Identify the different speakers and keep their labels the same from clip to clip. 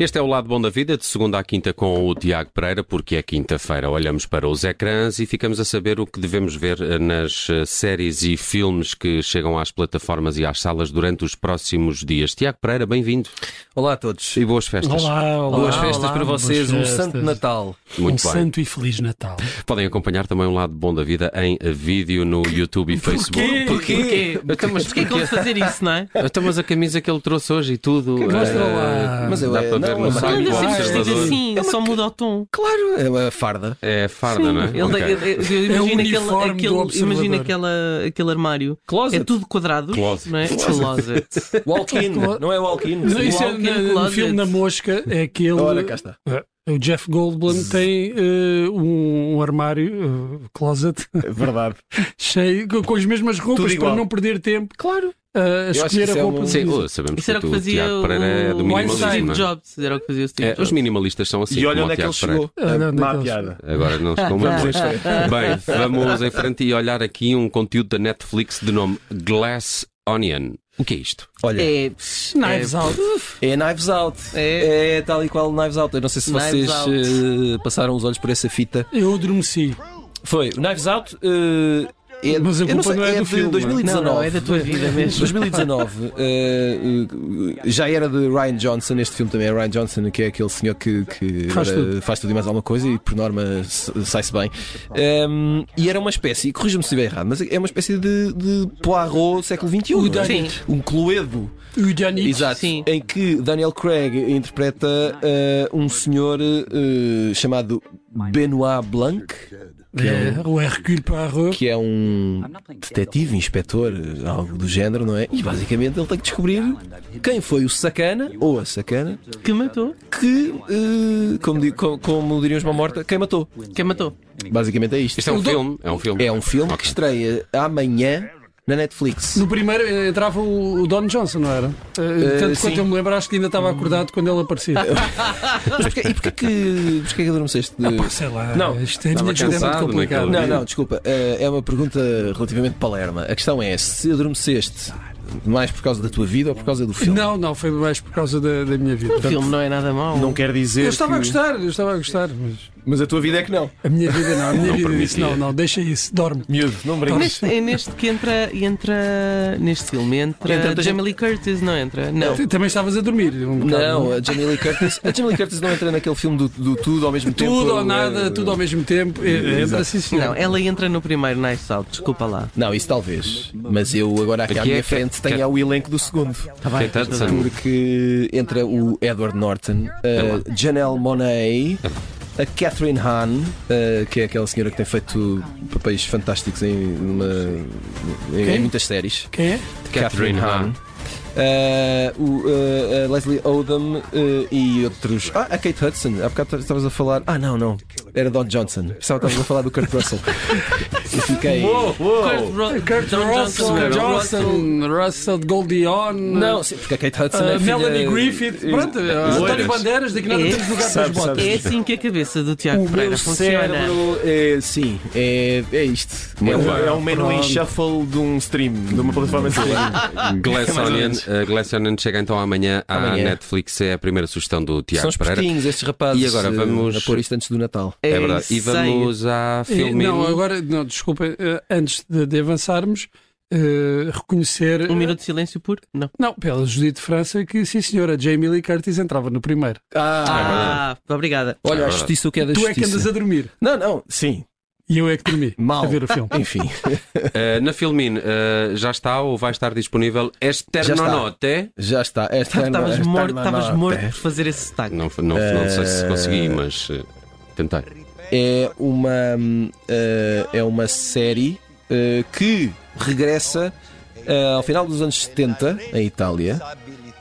Speaker 1: Este é o Lado Bom da Vida, de segunda à quinta com o Tiago Pereira, porque é quinta-feira. Olhamos para os ecrãs e ficamos a saber o que devemos ver eh, nas eh, séries e filmes que chegam às plataformas e às salas durante os próximos dias. Tiago Pereira, bem-vindo
Speaker 2: Olá a todos.
Speaker 1: e boas festas.
Speaker 3: Olá, olá.
Speaker 2: Boas
Speaker 3: olá,
Speaker 2: festas para
Speaker 3: boas
Speaker 2: vocês, um
Speaker 3: festas.
Speaker 2: santo Natal.
Speaker 3: Um
Speaker 1: Muito bem.
Speaker 3: santo e feliz Natal.
Speaker 1: Podem acompanhar também o Lado Bom da Vida em eh, vídeo no YouTube e Facebook.
Speaker 4: Porquê?
Speaker 1: Então, mas
Speaker 4: Porquê é que
Speaker 1: porquê?
Speaker 4: vamos fazer isso, não é?
Speaker 1: Então, mas a camisa que ele trouxe hoje e tudo.
Speaker 3: mostra
Speaker 1: eh,
Speaker 3: lá.
Speaker 2: Mas eu-
Speaker 1: dá
Speaker 2: é-
Speaker 1: para ver
Speaker 2: não,
Speaker 1: no
Speaker 2: é uma-
Speaker 1: site
Speaker 4: Ele
Speaker 1: do
Speaker 3: Claro.
Speaker 4: sempre vestido
Speaker 1: Observador.
Speaker 3: É
Speaker 4: assim, ele só muda o tom.
Speaker 2: Claro, é a farda.
Speaker 1: É farda, não é?
Speaker 4: Ele,
Speaker 1: Ok.
Speaker 4: eu
Speaker 3: É o uniforme
Speaker 4: imagino aquele,
Speaker 3: do
Speaker 4: aquele,
Speaker 3: observador.
Speaker 4: imagina aquela, aquele armário.
Speaker 2: Closet.
Speaker 4: É tudo quadrado.
Speaker 1: Closet.
Speaker 4: Não é? Closet.
Speaker 2: Walk-in, não é walk-in.
Speaker 3: Não, isso é
Speaker 4: Walking
Speaker 3: na- no
Speaker 4: Closet.
Speaker 3: filme da mosca, é aquele. é
Speaker 2: Ora, cá está.
Speaker 3: O Jeff Goldblum tem eh, um, um armário, eh, closet,
Speaker 2: É verdade.
Speaker 3: cheio, com, com as mesmas roupas para
Speaker 2: igual.
Speaker 3: não perder tempo
Speaker 2: Claro.
Speaker 3: eh, a
Speaker 2: Eu acho que
Speaker 3: escolher
Speaker 2: isso é
Speaker 3: a roupa.
Speaker 2: um-
Speaker 3: de
Speaker 1: Sim,
Speaker 3: uso.
Speaker 1: oh, sabemos
Speaker 4: Isso era o que
Speaker 1: tu,
Speaker 4: fazia
Speaker 1: Tiago Pereira é do
Speaker 4: o
Speaker 1: minimalismo.
Speaker 3: Einstein
Speaker 1: não
Speaker 4: Steve
Speaker 1: é?
Speaker 4: Jobs. Era o que fazia o Steve
Speaker 1: É, os
Speaker 4: Jobs.
Speaker 1: minimalistas são assim.
Speaker 2: e olha
Speaker 1: como o
Speaker 2: onde é
Speaker 1: Tiago
Speaker 2: que ele
Speaker 1: Pereira.
Speaker 2: chegou.
Speaker 3: Ah, não,
Speaker 2: Má
Speaker 3: não,
Speaker 2: piada.
Speaker 1: Agora não estão vamos
Speaker 2: Vamos em
Speaker 1: Bem, vamos em frente e olhar aqui um conteúdo da Netflix de nome Glass Onion. O que é isto?
Speaker 2: Olha, é,
Speaker 4: É,
Speaker 3: Knives Out.
Speaker 2: Knives Out.
Speaker 4: É.
Speaker 2: É tal e qual Knives Out. Eu não sei se
Speaker 4: Knives
Speaker 2: vocês
Speaker 4: Out.
Speaker 2: eh, passaram os olhos por essa fita.
Speaker 3: Eu adormeci.
Speaker 2: Foi. O Knives Out. eh, é,
Speaker 3: Mas a
Speaker 2: eu
Speaker 3: culpa
Speaker 2: sei,
Speaker 3: não é do
Speaker 2: de
Speaker 3: filme.
Speaker 2: 2019.
Speaker 4: Não, não, é da tua vida mesmo.
Speaker 2: 2019 eh, eh, já era de Ryan Johnson, este filme também é Ryan Johnson, que é aquele senhor que, que
Speaker 3: Faz
Speaker 2: era-
Speaker 3: tudo.
Speaker 2: faz tudo e mais alguma coisa e por norma s- sai-se bem. Ehm, e era uma espécie, e corrija-me se estiver errado, mas é uma espécie de, de Poirot século XXI.
Speaker 3: O
Speaker 2: não é?
Speaker 4: Sim.
Speaker 2: Um Cluedo.
Speaker 3: O Danny.
Speaker 2: Exato.
Speaker 4: Sim.
Speaker 2: Em que Daniel Craig interpreta eh, um senhor eh, chamado Benoit Blanc,
Speaker 3: É, o Hercule Poirot.
Speaker 2: que é um detetive, inspetor, eh, algo do género, não é? E basicamente ele tem que descobrir quem foi o sacana ou a sacana
Speaker 4: Que matou.
Speaker 2: que, eh, como, di- co- como diriam os Mão Morta, quem matou.
Speaker 4: Quem matou.
Speaker 2: Basicamente é isto.
Speaker 1: Isto é um filme. É um filme.
Speaker 2: É um filme
Speaker 1: Ok.
Speaker 2: que estreia amanhã na Netflix.
Speaker 3: No primeiro eh, entrava o o Don Johnson, não era? Eh,
Speaker 2: Eh,
Speaker 3: Tanto
Speaker 2: sim.
Speaker 3: quanto eu me lembro, acho que ainda estava acordado quando ele aparecia.
Speaker 2: Mas porquê, e porquê que, porquê que adormeceste?
Speaker 3: Pá, sei lá.
Speaker 2: Não.
Speaker 3: isto é,
Speaker 1: Estava
Speaker 3: minha vida é muito
Speaker 1: cansado
Speaker 3: complicado.
Speaker 1: naquele
Speaker 2: Não, não, desculpa. eh, é uma pergunta relativamente palerma. A questão é se adormeceste mais por causa da tua vida ou por causa do filme?
Speaker 3: Não, não, foi mais por causa da, da minha vida.
Speaker 4: O filme não é nada mau.
Speaker 2: quer dizer.
Speaker 3: Eu estava a gostar, eu estava a gostar, mas
Speaker 2: Mas a tua vida é que não.
Speaker 3: a minha vida não, a minha
Speaker 1: Não
Speaker 3: vida
Speaker 1: permitia.
Speaker 3: disse não, não, deixa isso, dorme.
Speaker 2: Miúdo, não brinques.
Speaker 4: Neste, é neste que entra, entra. Neste filme entra.
Speaker 2: Entra
Speaker 4: Jamie
Speaker 2: tanta gente-
Speaker 4: Lee Curtis, não entra? Não.
Speaker 3: Tu Também estavas a dormir um bocado.
Speaker 2: Não, a Jamie Lee Curtis. A Jamie Lee Curtis não entra naquele filme do, do tudo ao mesmo tempo. é- eh,
Speaker 3: Tudo ou nada, tudo ao mesmo tempo. É, Entra sim,
Speaker 4: Não,
Speaker 3: senhor.
Speaker 4: ela entra no primeiro Nice Out, desculpa lá.
Speaker 2: Não, isso talvez. Mas eu agora aqui à
Speaker 1: Aqui é
Speaker 2: minha
Speaker 1: que-
Speaker 2: frente
Speaker 1: que-
Speaker 2: tenho o elenco do segundo.
Speaker 1: Que é tanto, sabe?
Speaker 2: Porque entra o Edward Norton, a Janelle Monet, a Catherine Hahn, eh, que é aquela senhora que tem feito papéis fantásticos em, uma- em-
Speaker 3: Quem?
Speaker 2: em muitas séries.
Speaker 3: Quem é?
Speaker 1: Catherine Hahn.
Speaker 2: Eh, o, eh, a Leslie Odom eh, e outros. Ah, a Kate Hudson. Há bocado estavas a falar. Ah, não, não. Era Don Johnson. Estava a falar do Kurt Russell. Eu fiquei.
Speaker 4: Kurt, Ro-
Speaker 3: Kurt
Speaker 4: Don
Speaker 3: Russell,
Speaker 4: Johnson.
Speaker 3: Johnson, Russell Goldion.
Speaker 2: Não, sim, porque a Kate Hudson é
Speaker 3: a
Speaker 2: filha-
Speaker 3: Uh, Melanie Griffith,
Speaker 2: Eh,
Speaker 3: pronto,
Speaker 2: eh,
Speaker 3: António
Speaker 2: loiras.
Speaker 3: Bandeiras, daqui nada
Speaker 4: É.
Speaker 3: temos lugar para as
Speaker 2: Sabe,
Speaker 3: botas.
Speaker 4: É assim que a cabeça do Tiago
Speaker 2: O
Speaker 4: Pereira
Speaker 2: meu
Speaker 4: funciona.
Speaker 2: cérebro é, sim, é, é isto.
Speaker 1: Muito
Speaker 2: é, um,
Speaker 1: bem.
Speaker 2: é um menu em
Speaker 3: Pronto.
Speaker 2: shuffle de um stream, de uma plataforma de
Speaker 1: Ah.
Speaker 2: stream.
Speaker 1: Glass
Speaker 2: É Mais ou
Speaker 1: Onion.
Speaker 2: menos.
Speaker 1: A Glass Onion chega então amanhã à
Speaker 2: Amanhã.
Speaker 1: Netflix. É a primeira sugestão do
Speaker 2: São
Speaker 1: Tiago Pereira.
Speaker 2: espertinhos estes rapazes
Speaker 1: E agora
Speaker 2: eh,
Speaker 1: vamos-
Speaker 2: a pôr isto antes do Natal.
Speaker 1: É verdade. E
Speaker 4: insano.
Speaker 1: vamos a
Speaker 3: Eh,
Speaker 1: filme.
Speaker 3: Não, agora, não, desculpa, eh, antes de, de avançarmos, eh, reconhecer.
Speaker 4: Um minuto de silêncio puro? Não.
Speaker 3: Não, pela Judite de França, que sim senhora, Jamie Lee Curtis entrava no primeiro.
Speaker 4: Ah, obrigada.
Speaker 2: é olha, a
Speaker 1: é verdade.
Speaker 2: justiça o que é da
Speaker 3: tu é que andas
Speaker 2: justiça.
Speaker 3: a dormir.
Speaker 2: Não, não, sim,
Speaker 3: E eu é que dormi.
Speaker 2: Mal.
Speaker 3: A ver o filme.
Speaker 2: enfim.
Speaker 1: Eh, na Filmin eh, já está ou vai estar disponível Esternonote?
Speaker 2: Já está. Esta é
Speaker 4: Estavas
Speaker 2: esta
Speaker 4: morto,
Speaker 2: é
Speaker 4: estavas
Speaker 2: nota.
Speaker 4: morto por fazer esse sotaque.
Speaker 1: Não, não, não sei se consegui, mas eh, tentei.
Speaker 2: É uma, hum, eh, é uma série eh, que regressa eh, ao final dos anos 70, em Itália,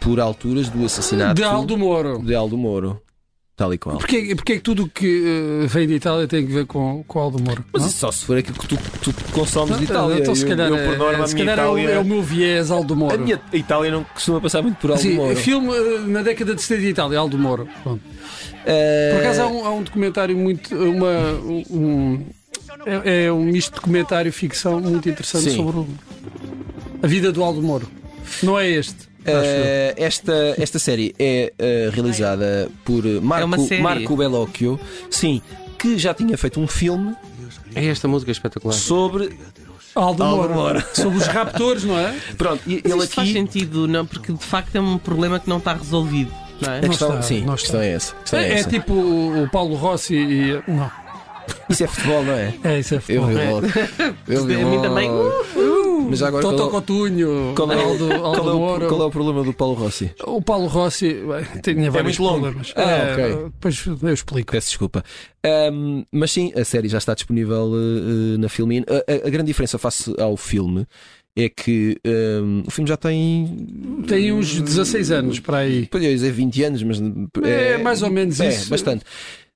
Speaker 2: por alturas do assassinato
Speaker 3: De Aldo Moro.
Speaker 2: de Aldo Moro. Tal e qual.
Speaker 3: Porquê, porquê é que tudo o que eh, vem de Itália tem que ver com, com Aldo Moro?
Speaker 2: Mas
Speaker 3: não?
Speaker 2: isso só se for aquilo que tu, tu consomes de Itália.
Speaker 3: Então, se calhar, é- se calhar é, o, é o meu viés Aldo Moro.
Speaker 2: A minha Itália não costuma passar muito por Aldo
Speaker 3: Sim,
Speaker 2: Moro.
Speaker 3: filme eh, na década de 70 de Itália, Aldo Moro. Pronto.
Speaker 2: Eh,
Speaker 3: Por acaso há um, há um documentário muito. Uma, um, é, é um misto de comentário e ficção muito interessante
Speaker 2: Sim.
Speaker 3: sobre o- a vida do Aldo Moro. Não é este. acho eu.
Speaker 2: Eh, esta, esta série é eh, realizada por Marco,
Speaker 4: uma série.
Speaker 2: Marco Bellocchio, sim, que já tinha feito um filme
Speaker 1: É esta música espetacular.
Speaker 2: sobre.
Speaker 3: Aldo,
Speaker 2: Aldo
Speaker 3: Moro.
Speaker 2: Moro.
Speaker 3: Sobre os raptores, não é?
Speaker 2: Pronto, e
Speaker 4: Mas
Speaker 2: ele
Speaker 4: isto faz
Speaker 2: aqui.
Speaker 4: sentido, não? Porque de facto é um problema que não está resolvido, não é?
Speaker 2: A questão,
Speaker 3: está,
Speaker 2: sim,
Speaker 3: não
Speaker 2: a questão é essa. a questão é
Speaker 3: É, é
Speaker 2: essa.
Speaker 3: tipo o, o Paulo Rossi e. Não.
Speaker 2: Isso é futebol, não é?
Speaker 3: É isso, tipo- é
Speaker 2: Eu vi
Speaker 3: futebol.
Speaker 2: logo. Eu vi
Speaker 4: A mim
Speaker 2: logo.
Speaker 4: também.
Speaker 3: Uh-huh.
Speaker 2: Mas agora
Speaker 3: Toto
Speaker 2: qual, é
Speaker 3: Cotunho,
Speaker 2: qual é,
Speaker 3: Aldo, Aldo
Speaker 2: qual é
Speaker 3: Moro.
Speaker 2: o, qual é o problema do Paulo Rossi?
Speaker 3: O Paulo Rossi bem, tinha vários
Speaker 2: muito longo.
Speaker 3: problemas.
Speaker 2: Ah,
Speaker 3: É,
Speaker 2: ok.
Speaker 3: Depois eu explico.
Speaker 2: Peço desculpa. Ahm, mas sim, a série já está disponível eh, eh, na Filmin. A, a- a grande diferença face ao filme é que ahm, o filme já tem.
Speaker 3: Tem uns 16 anos para aí.
Speaker 2: Pois eu ia dizer 20 anos, mas.
Speaker 3: É, mais ou menos
Speaker 2: é,
Speaker 3: isso.
Speaker 2: bastante.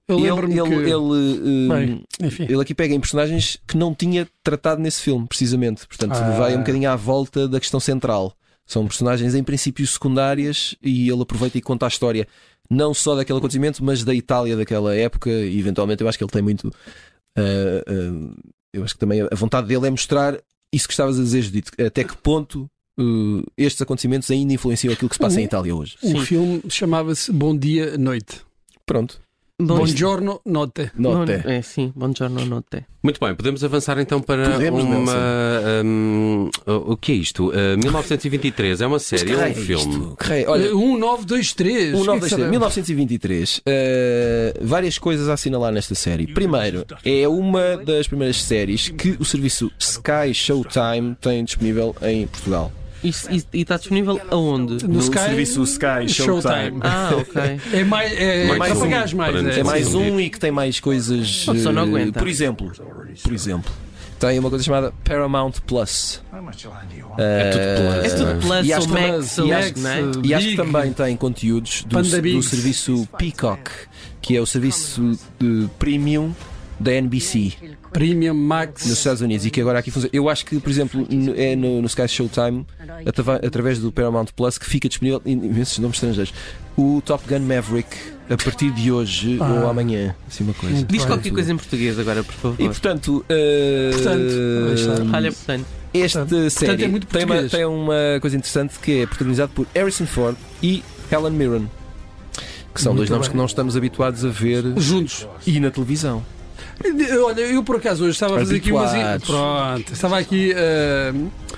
Speaker 3: Eu
Speaker 2: Ele,
Speaker 3: lembro-me
Speaker 2: ele,
Speaker 3: que.
Speaker 2: ele, eh, ahm,
Speaker 3: Bem, enfim.
Speaker 2: ele aqui pega em personagens que não tinha tratado nesse filme, precisamente. Portanto,
Speaker 3: Ah.
Speaker 2: vai um bocadinho à volta da questão central. São personagens, em princípio, secundárias e ele aproveita e conta a história, não só daquele acontecimento, mas da Itália daquela época. E eventualmente, eu acho que ele tem muito. ah, ah, eu acho que também a vontade dele é mostrar isso que estavas a dizer, Judito. Até que ponto ah, estes acontecimentos ainda influenciam aquilo que se passa em Itália hoje.
Speaker 3: O Um filme chamava-se Bom Dia Noite.
Speaker 2: Pronto.
Speaker 3: Bom
Speaker 4: Bom
Speaker 3: giorno, note.
Speaker 2: Nota.
Speaker 4: Bom- É, sim, bom giorno, note.
Speaker 1: Muito bem, podemos avançar então para
Speaker 2: Podemos,
Speaker 1: uma.
Speaker 2: Nelson.
Speaker 1: hum, o o que é isto? Uh, 1923 é uma série, é um filme.
Speaker 2: Que raio. Olha,
Speaker 3: Eh, 1923.
Speaker 2: O 1923. eh, várias coisas a assinalar nesta série. Primeiro, é uma das primeiras séries que o serviço Sky Showtime tem disponível em Portugal.
Speaker 4: Isso- isso- E está disponível aonde?
Speaker 3: No
Speaker 5: No
Speaker 3: Sky-
Speaker 5: serviço Sky Showtime.
Speaker 4: Ah, ok.
Speaker 3: É mais. É,
Speaker 1: Mais
Speaker 3: mais
Speaker 1: um.
Speaker 3: mais.
Speaker 1: Para-
Speaker 2: É mais
Speaker 1: Sim.
Speaker 2: um e que tem mais coisas.
Speaker 4: A pessoa não
Speaker 2: eh,
Speaker 4: aguenta.
Speaker 2: Por exemplo, por exemplo, tem uma coisa chamada Paramount Plus. Eh,
Speaker 1: É tudo plano.
Speaker 4: É tudo
Speaker 2: E
Speaker 4: Plus ou
Speaker 2: acho que-
Speaker 4: Max ou
Speaker 3: e
Speaker 4: Max,
Speaker 3: acho-
Speaker 4: não é?
Speaker 2: E acho que
Speaker 3: Big.
Speaker 2: também tem conteúdos do,
Speaker 3: Panda
Speaker 2: do
Speaker 3: Bigs.
Speaker 2: serviço Peacock, que é o serviço de premium da NBC.
Speaker 3: Premium Max.
Speaker 2: nos Estados Unidos e que agora aqui funciona. Eu acho que, por exemplo, n- é no, no Sky Showtime, atava- através do Paramount Plus, que fica disponível em imensos nomes estrangeiros. O Top Gun Maverick, a partir de hoje
Speaker 3: Ah.
Speaker 2: ou amanhã, assim uma coisa.
Speaker 3: Muito
Speaker 4: Diz
Speaker 3: bem.
Speaker 4: qualquer coisa em português agora, por
Speaker 2: E
Speaker 4: favor.
Speaker 2: portanto, eh,
Speaker 3: Portanto, aí está.
Speaker 4: Olha, portanto,
Speaker 2: esta
Speaker 3: portanto,
Speaker 2: série
Speaker 3: é muito
Speaker 2: tem, uma,
Speaker 3: português.
Speaker 2: tem uma coisa interessante que é protagonizado por Harrison Ford e Helen Mirren, que são
Speaker 3: Muito
Speaker 2: dois nomes
Speaker 3: bem.
Speaker 2: que não estamos habituados a ver
Speaker 3: Juntos. Eh,
Speaker 2: e na televisão.
Speaker 3: Olha, eu por acaso hoje estava a fazer aqui umas.
Speaker 2: Habituados.
Speaker 3: Pronto, estava aqui. ah,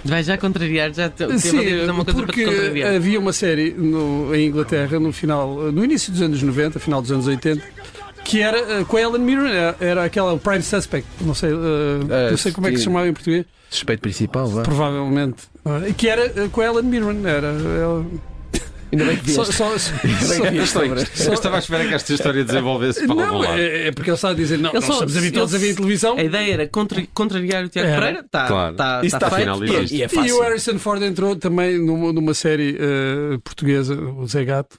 Speaker 4: vai já contrariar, já te-
Speaker 3: Sim,
Speaker 4: teve a dizer é uma coisa para te
Speaker 3: porque
Speaker 4: contrariar.
Speaker 3: havia uma série no- em Inglaterra no final, no início dos anos 90, final dos anos 80, que era eh, com a Ellen Mirren, era, era aquela o Prime Suspect, não sei, eh,
Speaker 2: Ah,
Speaker 3: não sei como é que se
Speaker 2: sim.
Speaker 3: chamava em português,
Speaker 2: Suspeito principal, vá.
Speaker 3: provavelmente, não é? que era eh, com a Ellen Mirren, era ela-
Speaker 2: Ainda bem que
Speaker 3: só,
Speaker 2: vieste.
Speaker 3: só- só-
Speaker 2: Ainda bem que
Speaker 1: Isto é-
Speaker 2: vieste.
Speaker 1: Eu estava à espera que esta história desenvolvesse para algum
Speaker 3: não,
Speaker 1: lado.
Speaker 3: é, é porque ele está a dizer, não,
Speaker 4: Eu
Speaker 3: nós
Speaker 4: só- É
Speaker 3: estamos habituados a ver em televisão.
Speaker 4: A ideia era contra- contrariar o Tiago
Speaker 3: Era.
Speaker 4: Pereira, está
Speaker 1: Claro.
Speaker 4: tá,
Speaker 2: Isso
Speaker 4: tá
Speaker 2: está
Speaker 4: feito.
Speaker 1: final.
Speaker 2: E é- e é fácil.
Speaker 3: E o Harrison Ford entrou também numa, numa série eh, portuguesa, o Zé Gato.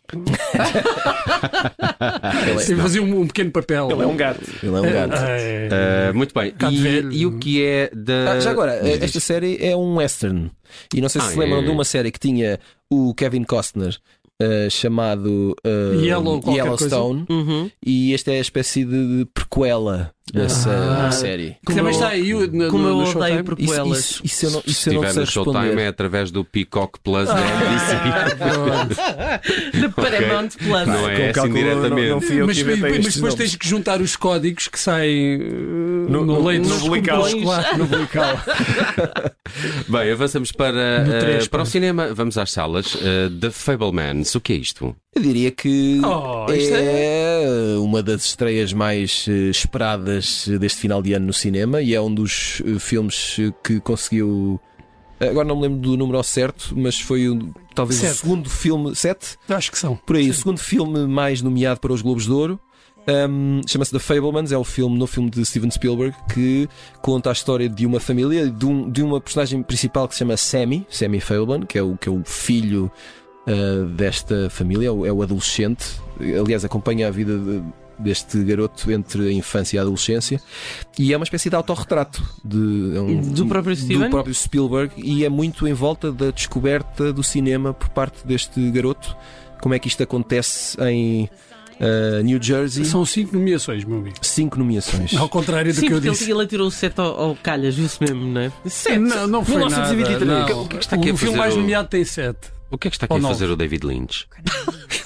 Speaker 3: Ele fazia um, um pequeno papel.
Speaker 5: Ele é um gato.
Speaker 2: Ele é um gato.
Speaker 3: É,
Speaker 1: Ah, muito bem.
Speaker 3: Gato velho.
Speaker 1: E, e o que é da.
Speaker 2: Ah, já agora,
Speaker 1: Diz, diz.
Speaker 2: esta série é um western. E não sei se
Speaker 1: Ah,
Speaker 2: se lembram
Speaker 1: é.
Speaker 2: de uma série que tinha o Kevin Costner eh, chamado eh,
Speaker 3: Yellow qualquer
Speaker 2: Yellowstone.
Speaker 4: Uhum.
Speaker 2: E esta é a espécie de prequela dessa
Speaker 3: Ah.
Speaker 2: série.
Speaker 4: Como
Speaker 3: também
Speaker 4: eu-
Speaker 3: está aí o- no,
Speaker 4: Como
Speaker 3: no,
Speaker 4: eu
Speaker 3: no
Speaker 4: odeio
Speaker 3: Showtime.
Speaker 2: Isso,
Speaker 4: prequelas.
Speaker 2: isso, isso eu não, isso
Speaker 1: Se
Speaker 2: eu não
Speaker 1: estiver
Speaker 2: sei
Speaker 1: no Showtime é
Speaker 2: responder. Ah.
Speaker 1: através do Peacock Plus né? da NBC.
Speaker 4: Da Paramount Plus.
Speaker 1: Não é
Speaker 5: Com
Speaker 1: assim
Speaker 5: cálculo,
Speaker 1: diretamente.
Speaker 5: não- não fui eu
Speaker 3: mas,
Speaker 5: que inventei
Speaker 3: mas
Speaker 5: estes
Speaker 3: depois
Speaker 5: nomes.
Speaker 3: tens que juntar os códigos que saem eh, no,
Speaker 5: No- no-
Speaker 3: leite
Speaker 5: no
Speaker 3: dos
Speaker 5: bulical.
Speaker 3: comboios. Claro.
Speaker 5: No vocal.
Speaker 1: Bem, avançamos para,
Speaker 3: No
Speaker 1: ah,
Speaker 3: três,
Speaker 1: para o
Speaker 3: pá.
Speaker 1: cinema. Vamos às salas. ah, The Fablemans. O que é isto?
Speaker 2: Eu diria que
Speaker 3: Oh, isto
Speaker 2: é uma das estreias mais eh, esperadas eh, deste final de ano no cinema e é um dos eh, filmes eh, que conseguiu. eh, Agora não me lembro do número ao certo, mas foi um- talvez
Speaker 3: Sete.
Speaker 2: o segundo filme. Sete?
Speaker 3: Acho que são.
Speaker 2: Por aí, o segundo filme mais nomeado para os Globos de Ouro. Um, Chama-se The Fablemans, é o filme, no filme de Steven Spielberg, que conta a história de uma família, de, um- de uma personagem principal que se chama Sammy, Sammy Fableman, que é o, que é o filho uh, desta família, é o, é o adolescente. Aliás, acompanha a vida de- deste garoto entre a infância e a adolescência. E é uma espécie de autorretrato de, é um-
Speaker 4: Do próprio Steven?
Speaker 2: do próprio Spielberg e é muito em volta da descoberta do cinema por parte deste garoto. Como é que isto acontece em. eh, New Jersey,
Speaker 3: São cinco nomeações, meu amigo.
Speaker 2: cinco nomeações.
Speaker 3: Ao contrário do
Speaker 4: Sim,
Speaker 3: que eu
Speaker 4: porque
Speaker 3: disse.
Speaker 4: ele, ele atirou o sete ao, ao calhas, viu-se mesmo, não é? Sete!
Speaker 3: Não, não foi nada. Não.
Speaker 1: O que é que está aqui a
Speaker 3: o filme
Speaker 1: fazer
Speaker 3: mais
Speaker 1: o-
Speaker 3: nomeado tem sete.
Speaker 1: O que é que está aqui
Speaker 3: Ou
Speaker 1: a
Speaker 3: não?
Speaker 1: fazer o David Lynch?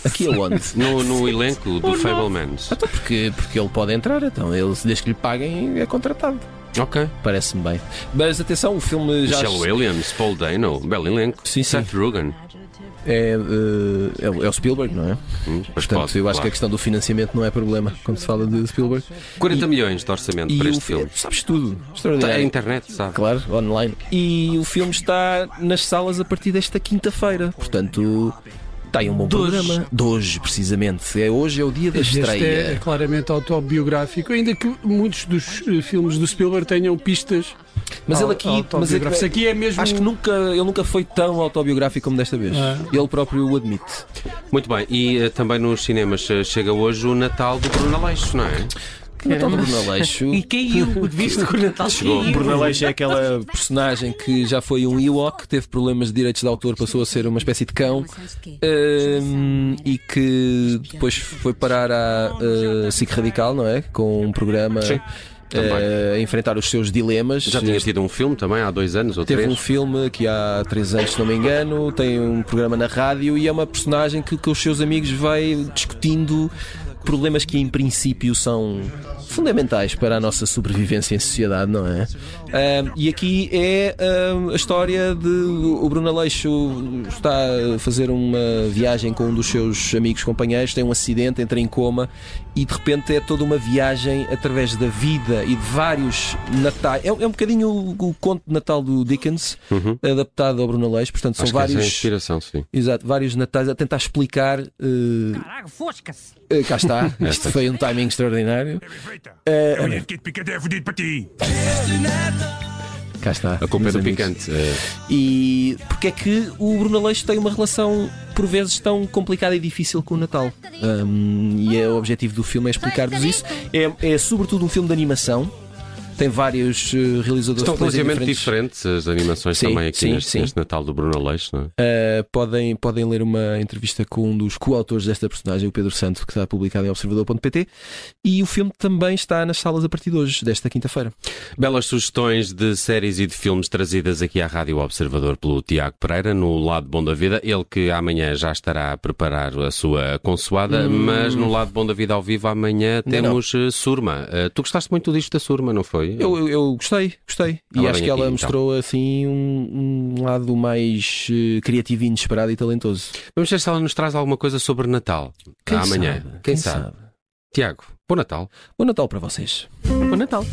Speaker 2: Aqui é aonde?
Speaker 1: No, no elenco do Fablemans.
Speaker 2: Então porque, porque ele pode entrar, então. Ele, desde que lhe paguem, é contratado.
Speaker 1: Ok.
Speaker 2: Parece-me bem. Mas atenção, o filme já.
Speaker 1: Michelle Williams, Paul Dano, belo elenco.
Speaker 2: Sim, sim.
Speaker 1: Seth Rogen.
Speaker 2: É, eh, é, o- é o Spielberg, não é?
Speaker 1: Hum, pois
Speaker 2: Portanto,
Speaker 1: pode,
Speaker 2: eu acho que a
Speaker 1: claro.
Speaker 2: questão do financiamento não é problema quando se fala de Spielberg.
Speaker 1: 40 milhões de orçamento para
Speaker 2: o
Speaker 1: este
Speaker 2: fi-
Speaker 1: filme.
Speaker 2: Sabes tudo.
Speaker 1: Está a
Speaker 2: Extraordinário.
Speaker 1: internet, sabe?
Speaker 2: Claro, online. E o filme está nas salas a partir desta quinta-feira. Portanto, está aí um bom
Speaker 4: Doze.
Speaker 2: programa. De hoje, precisamente. É, hoje é o dia da
Speaker 3: Este é,
Speaker 2: estreia.
Speaker 3: claramente autobiográfico, ainda que muitos dos eh, filmes do Spielberg tenham pistas.
Speaker 2: Mas ele
Speaker 3: au-
Speaker 2: aqui. Mas é que-
Speaker 3: autobiográficas. aqui é mesmo.
Speaker 2: Acho que nunca, ele nunca foi tão autobiográfico como desta vez.
Speaker 3: Ah.
Speaker 2: Ele próprio o admite.
Speaker 1: Muito bem, e eh, também nos cinemas eh, chega hoje o Natal do Bruno Aleixo, não é?
Speaker 2: Natal do Bruno Aleixo,
Speaker 4: E caiu, viste que o Natal
Speaker 1: Chegou.
Speaker 4: caiu.
Speaker 5: Bruno Aleixo é aquela.
Speaker 2: personagem que já foi um Ewok, teve problemas de direitos de autor, passou a ser uma espécie de cão. hum, e que depois foi parar à uh, SIC Radical, não é? Com um programa
Speaker 1: Sim,
Speaker 2: eh, a enfrentar os seus dilemas.
Speaker 1: Já tinha tido um filme também há dois anos ou
Speaker 2: Teve um
Speaker 1: três.
Speaker 2: filme que há três anos, se não me engano, tem um programa na rádio e é uma personagem que com os seus amigos vai discutindo problemas que em princípio são fundamentais para a nossa sobrevivência em sociedade, não é? Ahm, e aqui é ahm, a história de o Bruno Aleixo está a fazer uma viagem com um dos seus amigos companheiros, tem um acidente, entra em coma e de repente é toda uma viagem através da vida e de vários natais. É, é um bocadinho o, o conto de Natal do Dickens,
Speaker 1: Uhum.
Speaker 2: adaptado ao Bruno Aleixo, portanto são
Speaker 1: Acho que essa é a
Speaker 2: vários.
Speaker 1: inspiração, sim.
Speaker 2: Exato, vários natais a tentar explicar. eh,
Speaker 6: Caralho, fosca-se!
Speaker 2: eh, cá está, isto foi um timing extraordinário. Eh,
Speaker 7: Eu nem fiquei de picante, é fodido para ti.
Speaker 2: cá está.
Speaker 1: A culpa é
Speaker 2: meus
Speaker 1: do
Speaker 2: amigos.
Speaker 1: picante. eh,
Speaker 2: E porque é que o Bruno Aleixo tem uma relação por vezes tão complicada e difícil com o Natal? Hum, e é, o objetivo do filme é explicar-vos isso. É, é sobretudo um filme de animação. Tem vários eh, realizadores
Speaker 1: Estão
Speaker 2: que fazem
Speaker 1: relativamente
Speaker 2: diferentes-
Speaker 1: diferentes as animações
Speaker 2: Sim,
Speaker 1: também aqui
Speaker 2: sim,
Speaker 1: neste,
Speaker 2: sim.
Speaker 1: neste Natal do Bruno Aleixo, não é?
Speaker 2: Uh, podem, podem ler uma entrevista com um dos coautores desta personagem, o Pedro Santo, que está publicado em observador.pt. E o filme também está nas salas a partir de hoje, desta quinta-feira.
Speaker 1: Belas sugestões de séries e de filmes trazidas aqui à Rádio Observador pelo Tiago Pereira, no Lado Bom da Vida. Ele que amanhã já estará a preparar a sua consoada, mas no Lado Bom da Vida ao vivo amanhã temos eh, Surma. Eh, tu gostaste muito disto da Surma, não foi?
Speaker 2: Eu, eu, eu gostei, gostei. E
Speaker 1: Ela
Speaker 2: acho
Speaker 1: vem
Speaker 2: que ela
Speaker 1: aqui, então.
Speaker 2: mostrou assim um, um lado mais eh, criativo, inesperado e talentoso.
Speaker 1: Vamos ver se ela nos traz alguma coisa sobre Natal. amanhã.
Speaker 2: sabe?
Speaker 1: Quem, sabe? Tiago, bom Natal.
Speaker 2: Bom Natal para vocês.
Speaker 4: Bom Natal.